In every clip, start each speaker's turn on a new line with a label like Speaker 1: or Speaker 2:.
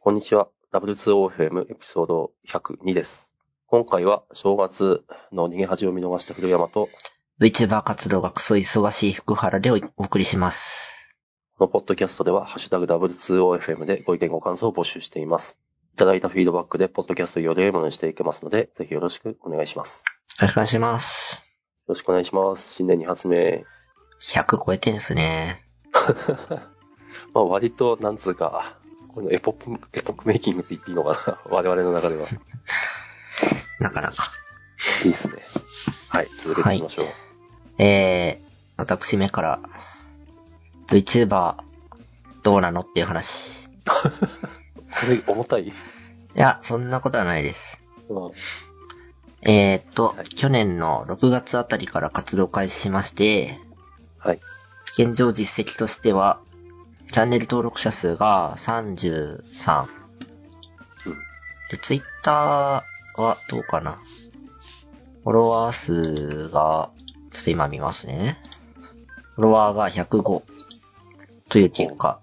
Speaker 1: こんにちは。W2OFM エピソード102です。今回は正月の逃げ恥を見逃した古山と、
Speaker 2: VTuber 活動がクソ忙しい福原でお送りします。
Speaker 1: このポッドキャストでは、ハッシュタグ W2OFM でご意見ご感想を募集しています。いただいたフィードバックで、ポッドキャストをより良いものにしていけますので、ぜひよろしくお願いします。よ
Speaker 2: よろしくお願いします。
Speaker 1: ろしくお願いします。新年2発目。
Speaker 2: 100超えてんすね。
Speaker 1: まあ、割と、なんつうか、このエポック、エポックメイキングって言っていいのかな 我々の中では。い
Speaker 2: なかなか。
Speaker 1: いですね。はい、続けていきましょう。
Speaker 2: えー、私目から VTuber どうなのっていう話。い
Speaker 1: これ、重たい、
Speaker 2: や、そんなことはないです。
Speaker 1: うん、
Speaker 2: えーっと
Speaker 1: はい、
Speaker 2: 去年の6月あたりから活動開始しまして、
Speaker 1: はい。
Speaker 2: 現状実績としては、チャンネル登録者数が33。
Speaker 1: うん
Speaker 2: で、ツイッターはどうかなフォロワー数が、ちょっと今見ますね。フォロワーが105という結果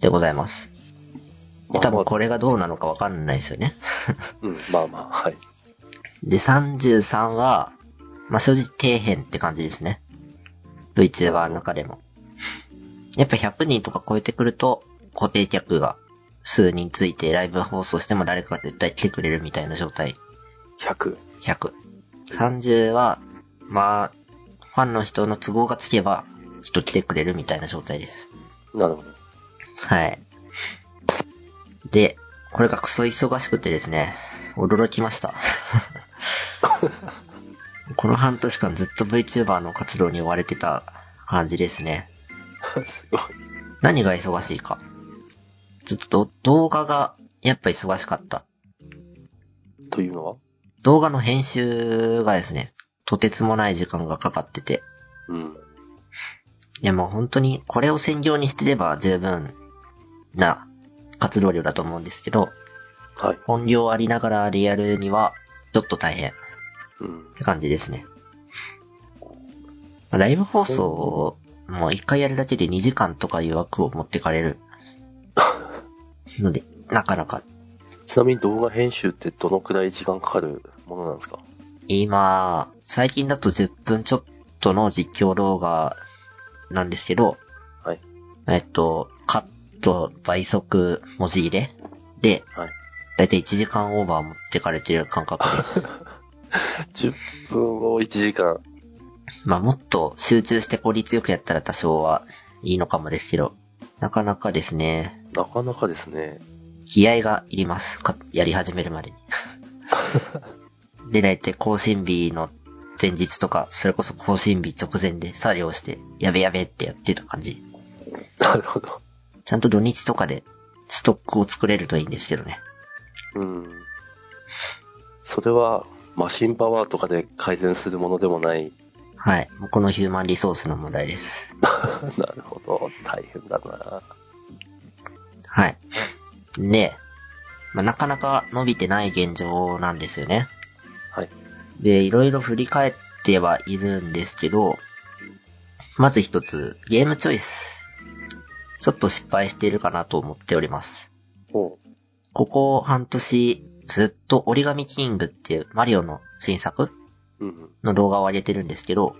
Speaker 2: でございます。で、多分これがどうなのかわかんないですよね。
Speaker 1: うん、まあまあ、はい。
Speaker 2: で、33は、まあ、正直底辺って感じですね。VTuber の中でも。やっぱ100人とか超えてくると、固定客が数人ついてライブ放送しても誰かが絶対来てくれるみたいな状態。
Speaker 1: 100。
Speaker 2: 100。30は、まあ、ファンの人の都合がつけば、人来てくれるみたいな状態です。
Speaker 1: なるほど。
Speaker 2: はい。で、これがクソ忙しくてですね、驚きました。この半年間ずっと VTuber の活動に追われてた感じですね。
Speaker 1: すごい。
Speaker 2: 何が忙しいか。ちょっと動画がやっぱ忙しかった。
Speaker 1: というのは
Speaker 2: 動画の編集がですね、とてつもない時間がかかってて。
Speaker 1: うん。
Speaker 2: いやもう本当にこれを専業にしてれば十分な活動量だと思うんですけど、
Speaker 1: はい。
Speaker 2: 本業ありながらリアルには、ちょっと大変っ
Speaker 1: うん。
Speaker 2: て感じですね。ライブ放送を、もう一回やるだけで2時間とかいう枠を持ってか れる。ので、なかなか。
Speaker 1: ちなみに動画編集ってどのくらい時間かかるものなんですか
Speaker 2: 今、最近だと10分ちょっとの実況動画なんですけど、
Speaker 1: はい。
Speaker 2: えっと、カット、倍速、文字入れで、
Speaker 1: はい。
Speaker 2: だいたい1時間オーバー持ってかれてる感覚です。
Speaker 1: 10分を1時間。
Speaker 2: まあもっと集中して効率よくやったら多少はいいのかもですけど、なかなかですね、
Speaker 1: なかなかですね。
Speaker 2: 気合がいります。かやり始めるまでに。で、大体更新日の前日とか、それこそ更新日直前で作業して、やべやべってやってた感じ。
Speaker 1: なるほど。
Speaker 2: ちゃんと土日とかでストックを作れるといいんですけどね。
Speaker 1: うん。それは、マシンパワーとかで改善するものでも ない。
Speaker 2: はい。もうこのヒューマンリソースの問題です。
Speaker 1: なるほど。大変だな。
Speaker 2: はい。で、まあ、なかなか伸びてない現状なんですよね。
Speaker 1: はい。
Speaker 2: で、いろいろ振り返ってはいるんですけど、まず一つ、ゲームチョイス。ちょっと失敗しているかなと思っております。
Speaker 1: おう
Speaker 2: ここ半年、ずっと折り紙キングっていうマリオの新作
Speaker 1: うん。
Speaker 2: の動画を上げてるんですけど、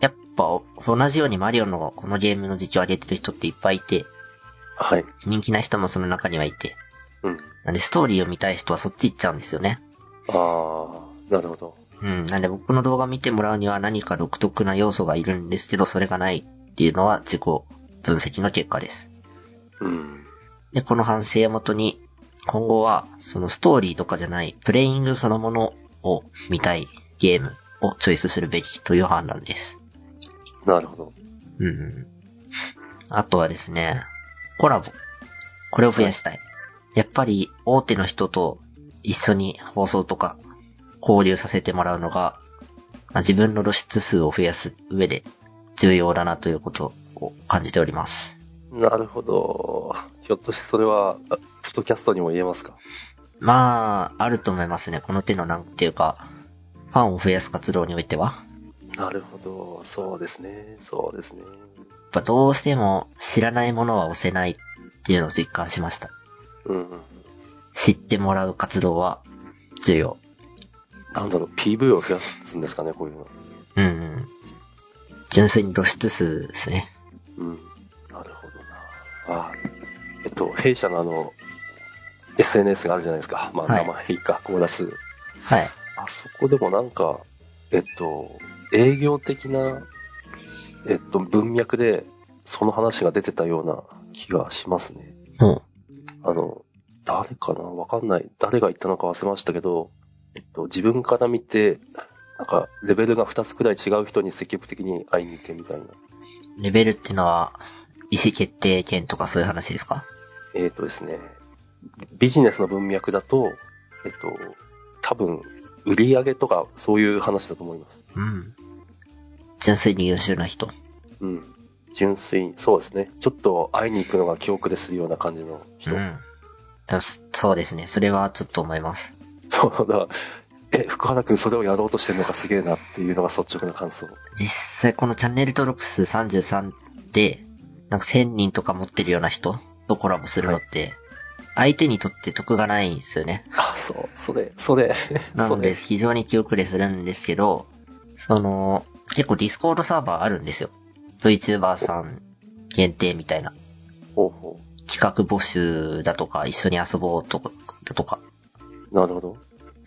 Speaker 2: やっぱ同じようにマリオのこのゲームの実況を上げてる人っていっぱいいて、
Speaker 1: はい。
Speaker 2: 人気な人もその中にはいて、
Speaker 1: うん。
Speaker 2: なんでストーリーを見たい人はそっち行っちゃうんですよね。
Speaker 1: あー、なるほど。
Speaker 2: うん、なんで僕の動画見てもらうには何か独特な要素がいるんですけど、それがないっていうのは自己分析の結果です。
Speaker 1: うん。
Speaker 2: で、この反省をもとに、今後は、そのストーリーとかじゃない、プレイングそのものを見たいゲームをチョイスするべきという判断です。
Speaker 1: なるほど。
Speaker 2: うんうん。あとはですね、コラボ。これを増やしたい。やっぱり、大手の人と一緒に放送とか、交流させてもらうのが、まあ自分の露出数を増やす上で重要だなということを感じております。
Speaker 1: なるほど。ひょっとしてそれは、あポッドキャストにも言えますか
Speaker 2: まあ、あると思いますね。この手のなんていうか、ファンを増やす活動においては。
Speaker 1: なるほど。そうですね。そうですね。
Speaker 2: やっぱどうしても知らないものは押せないっていうのを実感しました。
Speaker 1: うんうん。
Speaker 2: 知ってもらう活動は重要。
Speaker 1: なんだろう、PV を増やすんですかね、こういうの。
Speaker 2: うんうん。純粋に露出数ですね。
Speaker 1: うん。なるほどな。あえっと、弊社のあの、SNS があるじゃないですか。まあ、
Speaker 2: は
Speaker 1: 名
Speaker 2: い
Speaker 1: 前以下、コーラス。
Speaker 2: はい。
Speaker 1: あそこでもなんか、えっと、営業的な、えっと、文脈で、その話が出てたような気がしますね。
Speaker 2: うん。
Speaker 1: あの、誰かなわかんない。誰が言ったのか忘れましたけど、えっと、自分から見て、なんか、レベルが2つくらい違う人に積極的に会いに行けみたいな。
Speaker 2: レベルってのは、意思決定権とかそういう話ですか
Speaker 1: えっ、とですね、ビジネスの文脈だと、えっと、多分、売り上げとかそういう話だと思います。
Speaker 2: うん。純粋に優秀な人。
Speaker 1: うん。純粋に、そうですね。ちょっと会いに行くのが記憶でするような感じの
Speaker 2: う
Speaker 1: 人。
Speaker 2: ん。でもそそうですね。それはちょっと思います。
Speaker 1: そうだ。え、福原くんそれをやろうとしてるのかすげえなっていうのが率直な感想。
Speaker 2: 実際このチャンネル登録数33で、なんか1000人とか持ってるような人とコラボするのって、相手にとって得がないんですよね。
Speaker 1: あ、そう、それ、それ、
Speaker 2: な
Speaker 1: そ
Speaker 2: ので、
Speaker 1: れ。
Speaker 2: 非常に気遅れするんですけど、その、結構ディスコードサーバーあるんですよ。VTuber さん限定みたいな。
Speaker 1: ほうほ
Speaker 2: 企画募集だとか、一緒に遊ぼうとか、だとか。
Speaker 1: う。なるほど。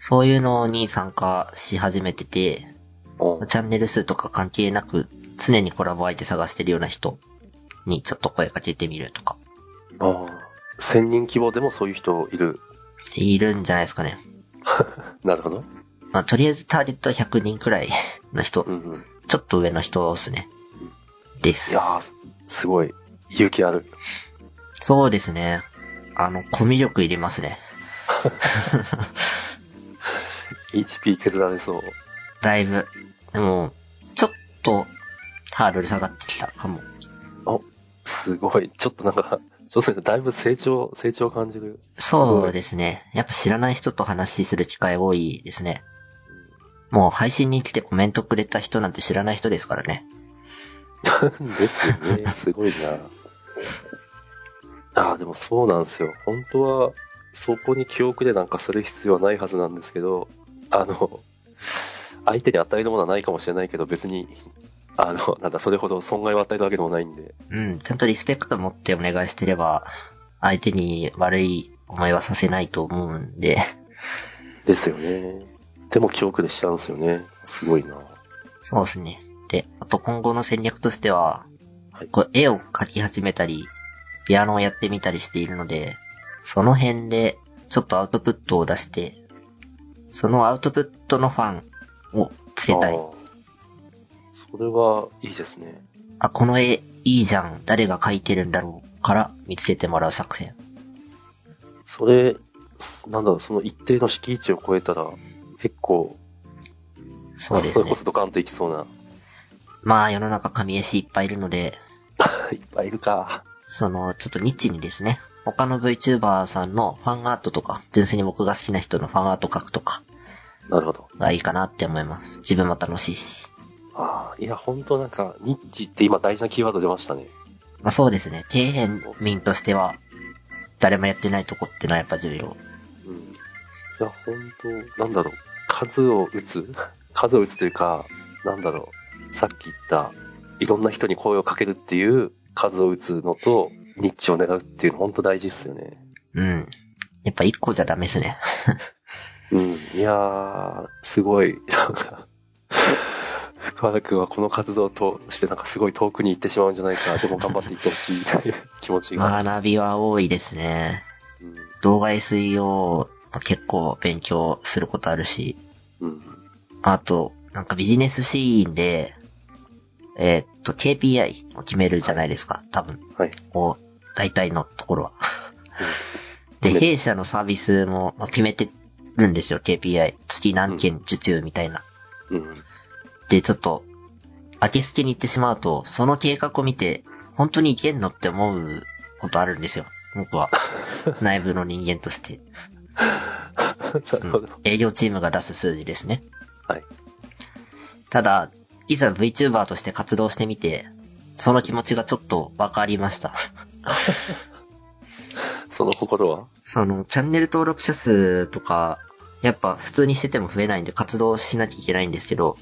Speaker 2: そういうのに参加し始めてて、
Speaker 1: うん
Speaker 2: チャンネル数とか関係なく、常にコラボ相手探してるような人にちょっと声かけてみるとか。
Speaker 1: ああ。千人規模でもそういう人いる。
Speaker 2: いるんじゃないですかね。
Speaker 1: なるほど。
Speaker 2: まあ、とりあえずターゲットは100人くらいの人
Speaker 1: う、んうん。
Speaker 2: ちょっと上の人ですね。です。
Speaker 1: いやー、すごい。勇気ある。
Speaker 2: そうですね。あの、コミュ力入れますね。
Speaker 1: HP 削られそう。
Speaker 2: だいぶ。でも、ちょっと、ハードル下がってきたかも。
Speaker 1: お、すごい。ちょっとなんか、そうですね。だいぶ成長、成長を感じる。
Speaker 2: そうですね。やっぱ知らない人と話しする機会多いですね。もう配信に来てコメントくれた人なんて知らない人ですからね。
Speaker 1: ですよね。 すごいな。ああ、でもそうなんですよ。本当は、そこに記憶でなんかする必要はないはずなんですけど、あの、相手に与えるものはないかもしれないけど、別に、あの、 なんだ、それほど損害を与えるわけでもないんで。
Speaker 2: うん、ちゃんとリスペクト持ってお願いしてれば、相手に悪い思いはさせないと思うんで、
Speaker 1: ですよね。でも記憶でしちゃうんですよね。すごいな。
Speaker 2: そうですね。で、あと今後の戦略としては、
Speaker 1: はい
Speaker 2: こう絵を描き始めたり、ピアノをやってみたりしているので、その辺でちょっとアウトプットを出して、そのアウトプットのファンをつけたい
Speaker 1: あ。ーそれはいいですね。
Speaker 2: あ、この絵いいじゃん。誰が描いてるんだろうから見つけてもらう作戦。
Speaker 1: それ、なんだろう、その一定の敷地を超えたら、結構、
Speaker 2: そうです
Speaker 1: れ
Speaker 2: ね
Speaker 1: こ。そドカンといきそうな。
Speaker 2: まあ世の中神絵師いっぱいいるので、
Speaker 1: いっぱいいるか。
Speaker 2: その、ちょっとニッチにですね、他の VTuber さんのファンアートとか、純粋に僕が好きな人のファンアート描くとか
Speaker 1: なるほど。
Speaker 2: がいいかなって思います。自分も楽しいし。
Speaker 1: ああ、いや、本当なんか、ニッチって今大事なキーワード出ましたね。
Speaker 2: まあそうですね、底辺民としては、誰もやってないとこってのはやっぱ重要。
Speaker 1: うん。いや、本当なんだろう、数を打つ 数を打つというか、なんだろう、さっき言った、いろんな人に声をかけるっていう数を打つのと、ニッチを狙うっていうの本当大事っすよね。
Speaker 2: うん。やっぱ一個じゃダメですね。
Speaker 1: うん。いやー、すごい、なんか、福原くんはこの活動としてなんかすごい遠くに行ってしまうんじゃないか、でも頑張っていってほしいという気持ちが。
Speaker 2: 学びは多いですね。
Speaker 1: うん。
Speaker 2: 動画 SEO も結構勉強することあるし、
Speaker 1: うん。
Speaker 2: あと、なんかビジネスシーンで、えーっと、KPI を決めるじゃないですか、多分。
Speaker 1: はい。
Speaker 2: を、大体のところは。
Speaker 1: う
Speaker 2: で、
Speaker 1: ん
Speaker 2: 弊社のサービスもまあ決めてるんですよ、KPI。月何件受注みたいな。
Speaker 1: うん。
Speaker 2: で、ちょっと、明けすけに行ってしまうと、その計画を見て、本当にいけんのって思うことあるんですよ。僕は。内部の人間として。
Speaker 1: なるほど。
Speaker 2: 営業チームが出す数字ですね。
Speaker 1: はい。
Speaker 2: ただ、いざ VTuber として活動してみて、その気持ちがちょっとわかりました。
Speaker 1: その心は
Speaker 2: その、チャンネル登録者数とか、やっぱ普通にしてても増えないんで活動しなきゃいけないんですけど、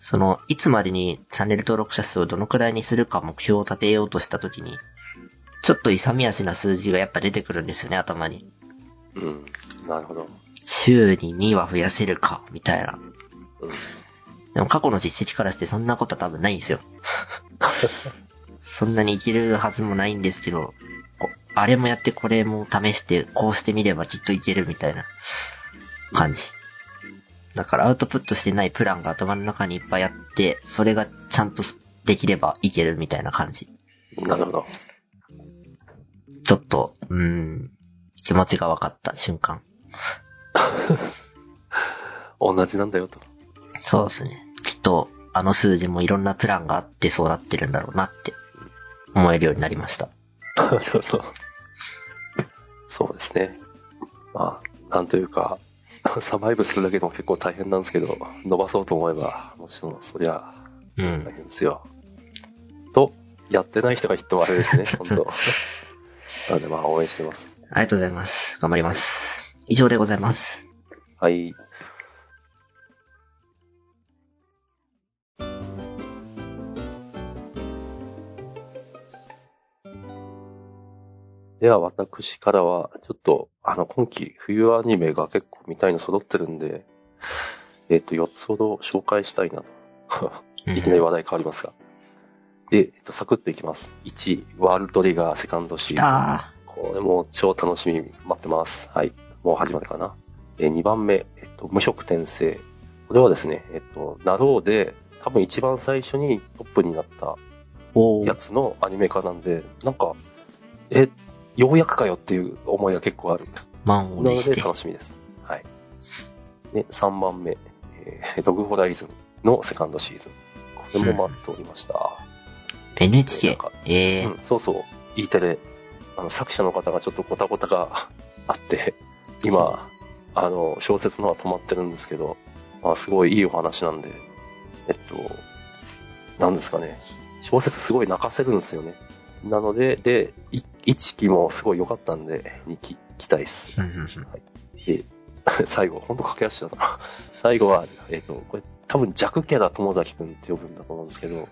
Speaker 2: その、いつまでにチャンネル登録者数をどのくらいにするか目標を立てようとしたときに、ちょっと勇み足な数字がやっぱ出てくるんですよね、頭に。
Speaker 1: うん。なるほど。
Speaker 2: 週に2は増やせるか、みたいな。
Speaker 1: うん。
Speaker 2: でも過去の実績からしてそんなことは多分ないんですよ。そんなにいけるはずもないんですけど、こあれもやってこれも試して、こうしてみればきっといけるみたいな感じ。だからアウトプットしてないプランが頭の中にいっぱいあって、それがちゃんとできればいけるみたいな感じ。
Speaker 1: なるほど。
Speaker 2: ちょっと、うーん、気持ちが分かった瞬間。
Speaker 1: 同じなんだよと。
Speaker 2: そうですね。きっと、あの数字もいろんなプランがあってそうなってるんだろうなって思えるようになりました。
Speaker 1: なるほど。そうですね。まあ、なんというか、サバイブするだけでも結構大変なんですけど、伸ばそうと思えば、もちろんそりゃ
Speaker 2: うん
Speaker 1: 大。変ですよ。と、やってない人が言ってもあれですね、本 当。なのでまあ応援してます。
Speaker 2: ありがとうございます。頑張ります。以上でございます。
Speaker 1: はい。では、私からは、ちょっと、あの、今期、冬アニメが結構見たいの揃ってるんで、えっ、と、4つほど紹介したいなと。
Speaker 2: うん
Speaker 1: いきなり話題変わりますが。で、えっ、と、サクッといきます。1、ワールドトリガーセカンドシー
Speaker 2: 来
Speaker 1: ズン。
Speaker 2: た
Speaker 1: これも超楽しみに待ってます。はい。もう始まるかな。えー、2番目、えっと、無色転生。これはですね、えっと、ナローで、多分一番最初にトップになった
Speaker 2: ー。お
Speaker 1: や
Speaker 2: ー。
Speaker 1: つのアニメ化なんで、なんか、え、ようやくかよっていう思いが結構ある。
Speaker 2: 満を
Speaker 1: な
Speaker 2: 持
Speaker 1: の
Speaker 2: し
Speaker 1: で
Speaker 2: て。
Speaker 1: 楽しみです。はい。で、3番目、えードグホライズンのセカンドシーズン。これも待っておりました。なん
Speaker 2: NHK
Speaker 1: か。
Speaker 2: え
Speaker 1: う
Speaker 2: ー。
Speaker 1: ん、そうそう、E テレ、あの作者の方がちょっとごたごたが あって、今、あの小説の方は止まってるんですけど、まあ、すごいいいお話なんで、えっと、なんですかね、小説すごい泣かせるんですよね。なので、で、い一期もすごい良かったんで、二期期待っす。
Speaker 2: うんうんうん
Speaker 1: で最後、ほんと駆け足だな。 最後は、えっと、これ多分弱キャラ友崎くんって呼ぶんだと思うんですけど、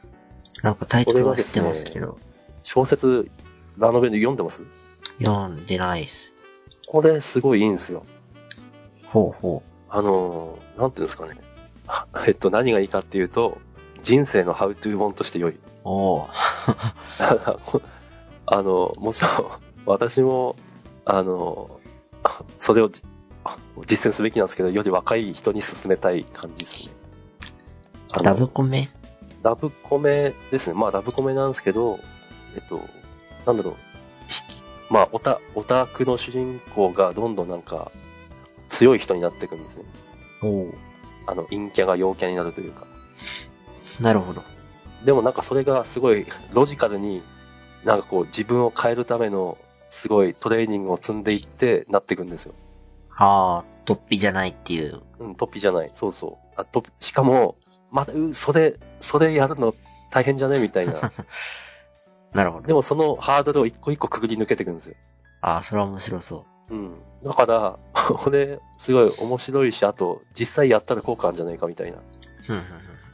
Speaker 2: なんかタイトルは知ってますけど、
Speaker 1: 小説、ラノベで読んでます
Speaker 2: 読んでないっす。
Speaker 1: これすごいいいんですよ。
Speaker 2: ほうほ
Speaker 1: あのー、なんていうんですかね。あえっと、何がいいかっていうと、人生のハウトゥー本として良い。
Speaker 2: う。おー。
Speaker 1: あの、もちろん、私も、あの、あそれをじあ実践すべきなんですけど、より若い人に勧めたい感じですね。あの
Speaker 2: ラブコメ
Speaker 1: ラブコメですね。まあ、ラブコメなんですけど、えっと、なんだろう。ひまあ、オタ、オタクの主人公がどんどんなんか、強い人になっていくんですね。
Speaker 2: おー。
Speaker 1: あの、陰キャが陽キャになるというか。
Speaker 2: なるほど。
Speaker 1: でもなんかそれがすごいロジカルに、なんかこう自分を変えるためのすごいトレーニングを積んでいってなっていくんですよ。
Speaker 2: あー、突飛じゃないっていう。
Speaker 1: うん、トピじゃない。そうそう。あトピしかも、また、う、それ、それやるの大変じゃねみたいな。
Speaker 2: なるほど。
Speaker 1: でもそのハードルを一個一個くぐり抜けていくんですよ。
Speaker 2: あー、それは面白そう。
Speaker 1: うん。だから、 これ、すごい面白いし、あと、実際やったら効果あるんじゃないかみたいな。
Speaker 2: ふんふんふん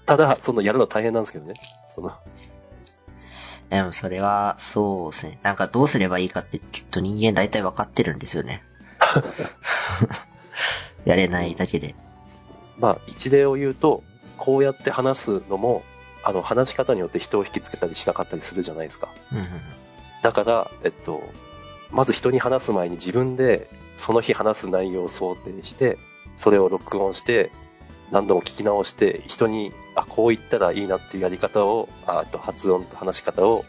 Speaker 1: ただ、その、やるの大変なんですけどね。その、
Speaker 2: でもそれは、そうですね。なんかどうすればいいかってきっと人間大体分かってるんです よね。 やれないだけで。
Speaker 1: まあ、一例を言うと、こうやって話すのも、あの、話し方によって人を引きつけたりしなかったりするじゃないですか。
Speaker 2: うんうんうん
Speaker 1: だから、えっと、まず人に話す前に自分で、その日話す内容を想定して、それを録音して、何度も聞き直して、人に、あ、こう言ったらいいなっていうやり方を、ああと発音と話し方を、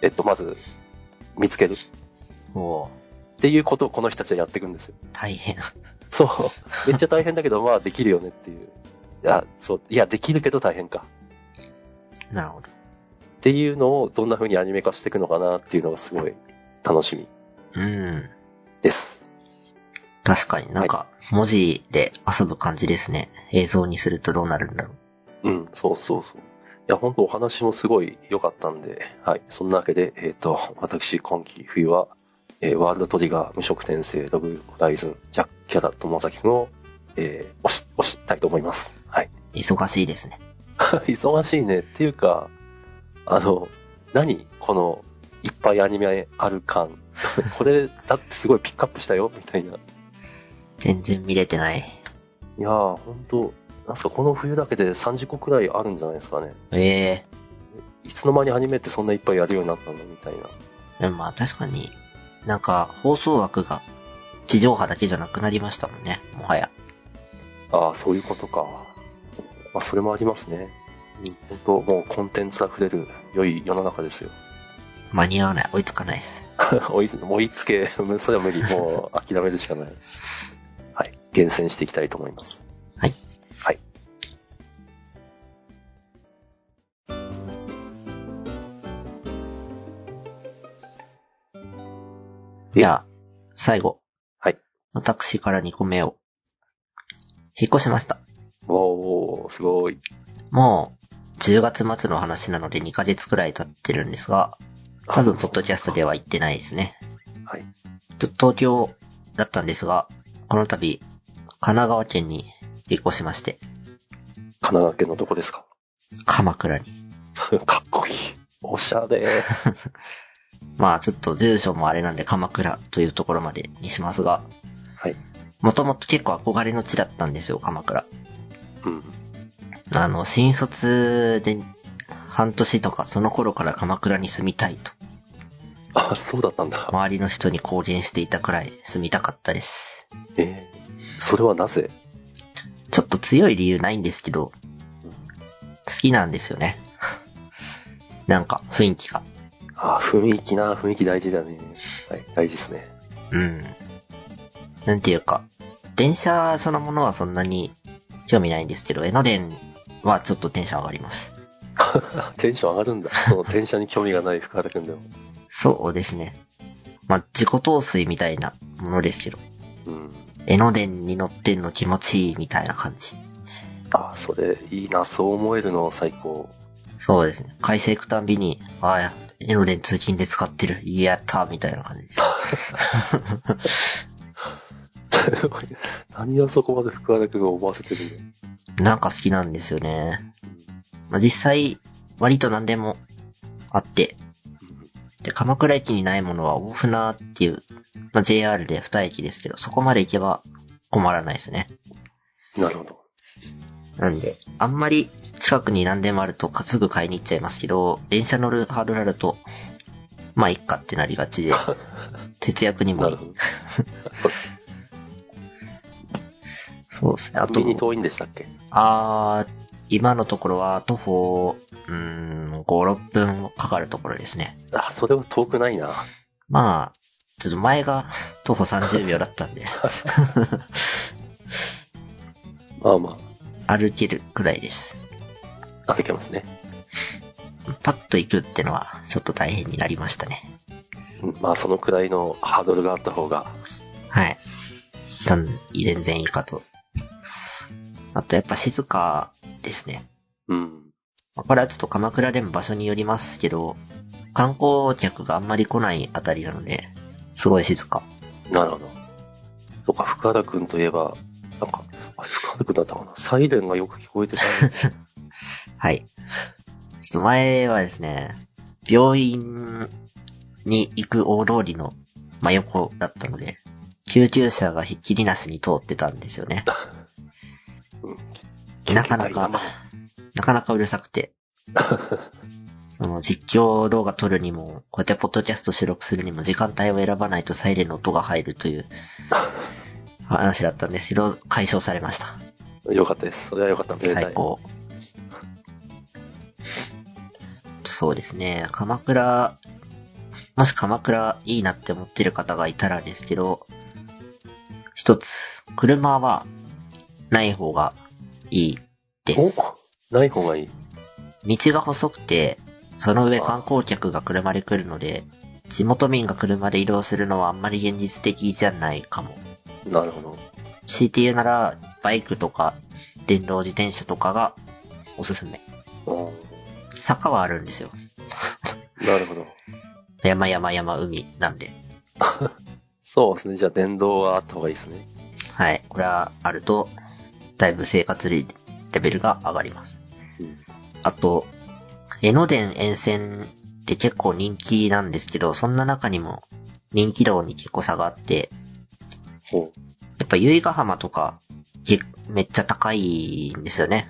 Speaker 1: えっと、まず、見つけるっ
Speaker 2: おー
Speaker 1: ていうことをこの人たちはやっていくんですよ。
Speaker 2: 大変。
Speaker 1: そう。めっちゃ大変だけど、まあ、できるよねっていう。いや、そう、いや、できるけど大変か。
Speaker 2: なるほど。
Speaker 1: っていうのをどんな風にアニメ化していくのかなっていうのがすごい楽しみ
Speaker 2: うん。
Speaker 1: です。
Speaker 2: 確かになんか、文字で遊ぶ感じですね。映像にするとどうなるんだろう。
Speaker 1: うん、そうそうそう。いや、本当お話もすごい良かったんで、はい。そんなわけで、えっ、と、私、今期冬は、えーワールドトリガー、無色転生、ログホライズン、ジャックキャラ、友崎の、えー、押し、押したいと思います。はい。
Speaker 2: 忙しいですね。
Speaker 1: 忙しいね。っていうか、あの、何この、いっぱいアニメある感。これ、だってすごいピックアップしたよ、みたいな。
Speaker 2: 全然見れてない。
Speaker 1: いやー、ほんと、なんすか、この冬だけで30個くらいあるんじゃないですかね。
Speaker 2: ええ
Speaker 1: いつの間にアニメってそんないっぱいやるようになったのみたいな。
Speaker 2: でもまあ確かに、なんか放送枠が地上波だけじゃなくなりましたもんね、もはや。
Speaker 1: ああ、そういうことか。まあ、それもありますね。うん、本当もうコンテンツ溢れる良い世の中ですよ。
Speaker 2: 間に合わない、追いつかないです。
Speaker 1: 追い追いつけ、 それは無理。もう諦めるしかない。はい。厳選していきたいと思います。
Speaker 2: はい。
Speaker 1: はい。
Speaker 2: じゃあ、最後。
Speaker 1: はい。
Speaker 2: 私から2個目を。引っ越しました。
Speaker 1: おー、すごい。
Speaker 2: もう、10月末の話なので2ヶ月くらい経ってるんですが、多分、ポッドキャストでは言ってないですね。
Speaker 1: はい。
Speaker 2: ちょっと東京だったんですが、この度、神奈川県に引っ越しまして、
Speaker 1: 神奈川県のどこですか
Speaker 2: 鎌倉に。
Speaker 1: かっこいい。おしゃれ。
Speaker 2: まあ、ちょっと住所もあれなんで鎌倉というところまでにしますが、
Speaker 1: はい。
Speaker 2: もともと結構憧れの地だったんですよ、鎌倉。
Speaker 1: うん。
Speaker 2: あの、新卒で半年とか、その頃から鎌倉に住みたいと、
Speaker 1: あ、そうだったんだ。
Speaker 2: 周りの人に公言していたくらい住みたかったです。
Speaker 1: えーそれはなぜ
Speaker 2: ちょっと強い理由ないんですけど、好きなんですよね。 なんか、雰囲気が。
Speaker 1: あ、雰囲気な、雰囲気大事だね。はい、大事ですね。
Speaker 2: うん。なんていうか、電車そのものはそんなに興味ないんですけど、江ノ電はちょっとテンション上がります。
Speaker 1: テンション上がるんだ。その電車に興味がない福原くんでも。
Speaker 2: そうですね。まあ、自己陶酔みたいなものですけど、
Speaker 1: うん。
Speaker 2: 江ノ電に乗ってんの気持ちいいみたいな感じ。
Speaker 1: あ、それ、いいな、そう思えるの最高。
Speaker 2: そうですね。会社行くたんびに、ああ、江ノ電通勤で使ってる。やったみたいな感じです。
Speaker 1: 何をそこまで福原くんが思わせてるの
Speaker 2: なんか好きなんですよね。まあ、実際、割と何でもあって、で、鎌倉駅にないものは大船っていう、まあ、JR で2駅ですけど、そこまで行けば困らないですね。
Speaker 1: うんなるほど。
Speaker 2: なんで、あんまり近くに何でもあると担ぐ買いに行っちゃいますけど、電車乗るハードルあると、まあ、いっかってなりがち で、節約にも
Speaker 1: ないる
Speaker 2: い
Speaker 1: ほ。ど。
Speaker 2: そうですね。あ
Speaker 1: あ
Speaker 2: と
Speaker 1: と、、に遠いんでしたっけ
Speaker 2: あー、今のところは徒歩、うーん、5、6分かかるところですね。
Speaker 1: あ、それは遠くないな。
Speaker 2: まあ、ちょっと前が徒歩30秒だったんで、
Speaker 1: まあま
Speaker 2: 歩けるくらいです。
Speaker 1: あ、歩けますね。
Speaker 2: パッと行くってのは、ちょっと大変になりましたね。
Speaker 1: うんまあ、そのくらいのハードルがあった方が。
Speaker 2: はい。なん全然いいかと。あと、やっぱ静かですね。
Speaker 1: うん。
Speaker 2: まあこれはちょっと鎌倉でも場所によりますけど、観光客があんまり来ないあたりなので、すごい静か。
Speaker 1: なるほど。そうか、福原くんといえば、なんか、あれ福原くんだったかなサイレンがよく聞こえてたね。
Speaker 2: はい。ちょっと前はですね、病院に行く大通りの真横だったので、救急車がひっきりなしに通ってたんですよね。
Speaker 1: うん
Speaker 2: なかなか、なかなかうるさくて。その実況動画撮るにも、こうやってポッドキャスト収録するにも時間帯を選ばないとサイレンの音が入るという話だったんですけど、解消されました。
Speaker 1: よかったです。それはよかった。めでたい
Speaker 2: 最。高。そうですね。鎌倉、もし鎌倉いいなって思ってる方がいたらですけど、一つ、車はない方がいいです。
Speaker 1: おない方がいい。
Speaker 2: 道が細くて、その上観光客が車で来るので、地元民が車で移動するのはあんまり現実的じゃないかも。
Speaker 1: なるほど。
Speaker 2: 強いて言うなら、バイクとか、電動自転車とかがおすすめ。
Speaker 1: うん
Speaker 2: 坂はあるんですよ。
Speaker 1: なるほど。
Speaker 2: 山山山海なんで。
Speaker 1: そうですね。じゃあ電動はあった方がいいですね。
Speaker 2: はい。これはあると、だいぶ生活レベルが上がります。
Speaker 1: うん
Speaker 2: あと、江ノ電沿線って結構人気なんですけど、そんな中にも人気度に結構差があって、
Speaker 1: ほう。
Speaker 2: やっぱ由比ヶ浜とか、じめっちゃ高いんですよね。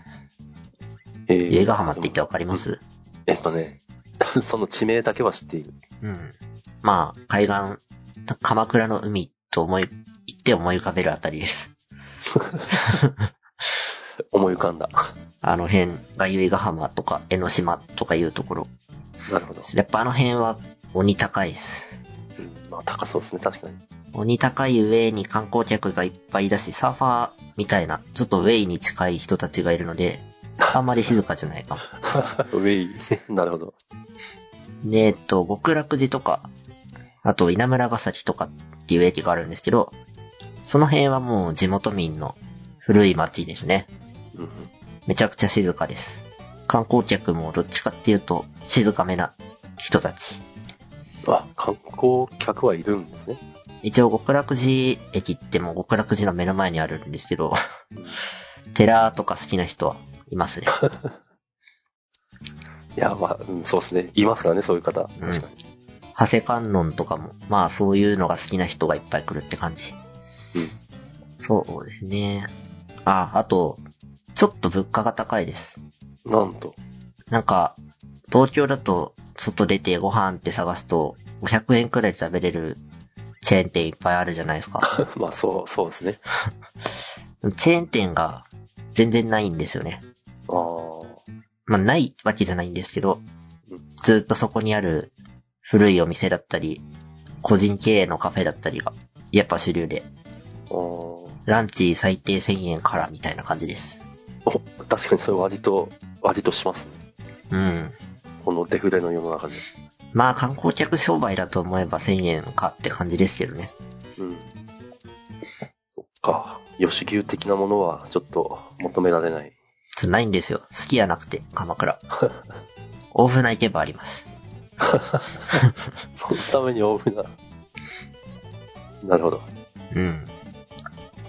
Speaker 1: え
Speaker 2: 由比
Speaker 1: ー、
Speaker 2: ヶ浜って言ってわかります
Speaker 1: えっとね、 その地名だけは知っている。
Speaker 2: うん。まあ、海岸、鎌倉の海と思い、言って思い浮かべるあたりです。
Speaker 1: 思い浮かんだ。
Speaker 2: あの辺が由比ヶ浜とか江ノ島とかいうところ。
Speaker 1: なるほど。
Speaker 2: やっぱあの辺は鬼高いです。
Speaker 1: うんまあ高そうですね、 確かに。
Speaker 2: 鬼高い上に観光客がいっぱいだし、サーファーみたいな、ちょっとウェイに近い人たちがいるので、あんまり静かじゃないかも。
Speaker 1: ウェイ。な るほど。
Speaker 2: で、えっと、極楽寺とか、あと稲村ヶ崎とかっていう駅があるんですけど、その辺はもう地元民の古い町ですね。
Speaker 1: うんうん。
Speaker 2: めちゃくちゃ静かです。観光客もどっちかっていうと静かめな人たち。
Speaker 1: あ、観光客はいるんですね。
Speaker 2: 一応極楽寺駅ってもう極楽寺の目の前にあるんですけど、 寺とか好きな人はいますね。
Speaker 1: いや、まあ、うんそうですね。いますからね、そういう方。確
Speaker 2: う
Speaker 1: か
Speaker 2: ん
Speaker 1: に。
Speaker 2: 長谷観音とかも、まあそういうのが好きな人がいっぱい来るって感じ。そうですね。あ、あと、ちょっと物価が高いです。
Speaker 1: うん。なんと。
Speaker 2: なんか、東京だと、外出てご飯って探すと、500円くらいで食べれるチェーン店いっぱいあるじゃないですか。
Speaker 1: まあ、そう、そうですね。
Speaker 2: チェーン店が全然ないんですよね。
Speaker 1: ああ。
Speaker 2: まあないわけじゃないんですけど
Speaker 1: うん、
Speaker 2: ずっとそこにある古いお店だったり、個人経営のカフェだったりが、やっぱ主流で、
Speaker 1: あーお
Speaker 2: ランチ最低1000円からみたいな感じです。
Speaker 1: 確かにそれ割と、割としますね。
Speaker 2: うん。
Speaker 1: このデフレの世の中で。
Speaker 2: まあ観光客商売だと思えば1000円かって感じですけどね。
Speaker 1: うん。そっか。吉牛的なものはちょっと求められない。
Speaker 2: ちょっとないんですよ。好きやなくて、鎌倉。大船行けばあります。
Speaker 1: そのために大船。なるほど。
Speaker 2: うん。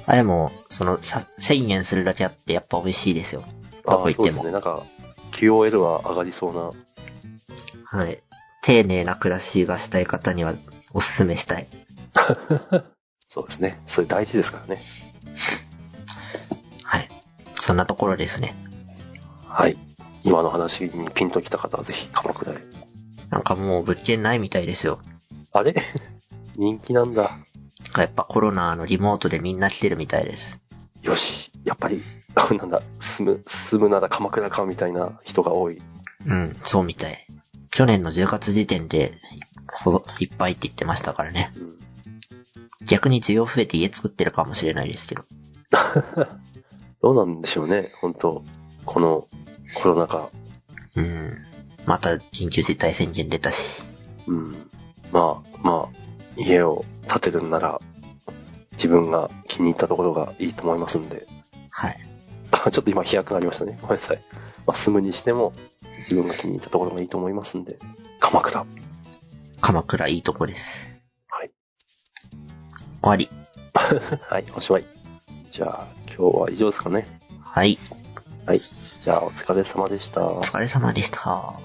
Speaker 2: あ、でも、その、さ1000円するだけあってやっぱ美味しいですよ。ど
Speaker 1: あ
Speaker 2: こ
Speaker 1: あ、そ
Speaker 2: 行っ
Speaker 1: う
Speaker 2: て
Speaker 1: です
Speaker 2: も。
Speaker 1: ね。なんか、QOL は上がりそうな。
Speaker 2: はい。丁寧な暮らしがしたい方にはおすすめしたい。
Speaker 1: そうですね。それ大事ですからね。
Speaker 2: はい。そんなところですね。
Speaker 1: はい。今の話にピンときた方はぜひ鎌倉へ。
Speaker 2: なんかもう物件ないみたいですよ。
Speaker 1: あれ 人気なんだ。
Speaker 2: なんかやっぱコロナのリモートでみんな来てるみたいです。
Speaker 1: よし。やっぱり、 なんだ、住む、住むなら鎌倉かみたいな人が多い。
Speaker 2: うん、そうみたい。去年の10月時点で、ほいっぱいって言ってましたからね。
Speaker 1: うん。
Speaker 2: 逆に需要増えて家作ってるかもしれないですけど。
Speaker 1: どうなんでしょうね。本当このコロナ禍。
Speaker 2: うん。また緊急事態宣言出たし。
Speaker 1: うん。まあ、まあ、家を建てるんなら、自分が気に入ったところがいいと思いますんで。
Speaker 2: はい。
Speaker 1: あちょっと今飛躍がありましたね。ごめんなさい。まあ、住むにしても、自分が気に入ったところがいいと思いますんで。鎌倉。
Speaker 2: 鎌倉いいとこです。
Speaker 1: はい。
Speaker 2: 終わり。
Speaker 1: はい、おしまい。じゃあ、今日は以上ですかね。
Speaker 2: はい。
Speaker 1: じゃあ、お疲れ様でした
Speaker 2: お。疲れ様でした。